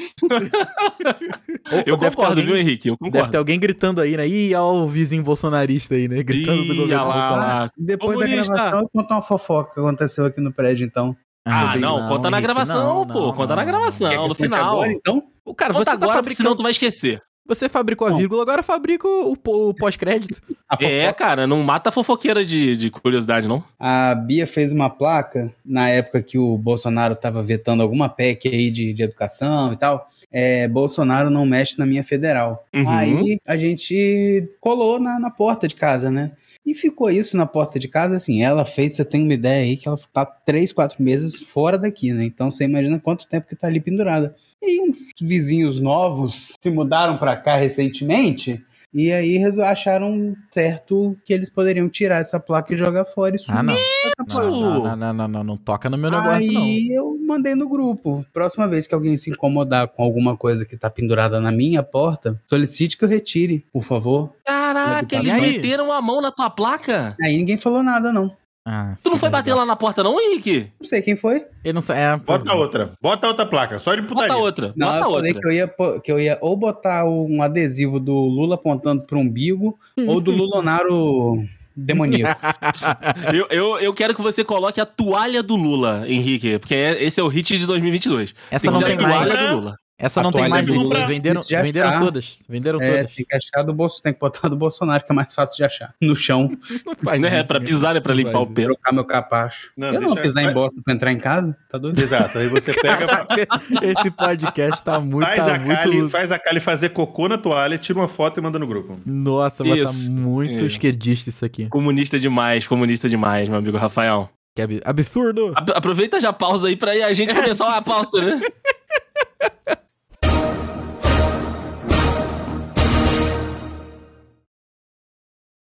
Eu concordo, viu, Henrique? Eu Deve ter concordo. alguém gritando aí, né? Ih, olha o vizinho bolsonarista aí, né? Gritando do Ih, governo olha lá, Bolsonaro. olha lá. Depois da Comunista. gravação, eu conto uma fofoca que aconteceu aqui no prédio, então. Ah, não, conta na Henrique, gravação, não, pô. não, conta na não. Quer que gravação, eu no conte final. Agora, então? O cara, Conta você tá agora, porque senão fabricando... tu vai esquecer. Você fabricou a Bom. vírgula, agora fabrica o, o po- o pós-crédito. A fofoca É, cara, não mata a fofoqueira de, de curiosidade, não. A Bia fez uma placa na época que o Bolsonaro estava vetando alguma PEC aí de, de educação e tal. É, Bolsonaro não mexe na minha federal. Uhum. Aí a gente colou na, na porta de casa, né? E ficou isso na porta de casa, assim, ela fez, você tem uma ideia aí, que ela tá três, quatro meses fora daqui, né? Então você imagina quanto tempo que tá ali pendurada. E uns vizinhos novos se mudaram pra cá recentemente, e aí resol- acharam certo que eles poderiam tirar essa placa e jogar fora e sumir Ah, não. essa placa. Não, não, não, não, não, não, não toca no meu negócio, Aí eu mandei no grupo. Próxima vez que alguém se incomodar com alguma coisa que tá pendurada na minha porta, solicite que eu retire, por favor. Caraca, E eles aí? meteram a mão na tua placa? Aí ninguém falou nada, não. não. Ah, Tu não foi filha bater da- lá na porta, não, Henrique? Não sei quem foi. Ele não sa- é, pois Bota é. outra. Bota outra placa, só de putaria. Bota outra, Não, bota eu falei outra. que eu, ia, pô- que eu ia ou botar um adesivo do Lula apontando pro umbigo, Hum. ou do Lulonaro demoníaco. Eu, eu, eu quero que você coloque a toalha do Lula, Henrique, porque é- esse é o hit de 2022. Essa Tem não que ser tem a mais. toalha do Lula. Essa A não tem toalha mais de desse. comprar. Venderam, Isso é já venderam está. todas. Venderam É, todas. tem que achar do bolso, tem que botar do Bolsonaro, que é mais fácil de achar. No chão, Não faz Não é isso, pra né? pisar, é pra Não limpar faz o pé. trocar meu capacho. Não, eu não vou deixa- pisar em vai- bosta pra entrar em casa? Tá doido? Exato, aí você pega, isso. Esse podcast tá muito. faz, tá a muito Kali, faz a Kali fazer cocô na toalha, tira uma foto e manda no grupo. Nossa, mas Isso. tá muito É. esquerdista isso aqui. Comunista demais, comunista demais, meu amigo Rafael. Que ab- absurdo. A- Aproveita já a pausa aí pra a gente começar uma pauta, né?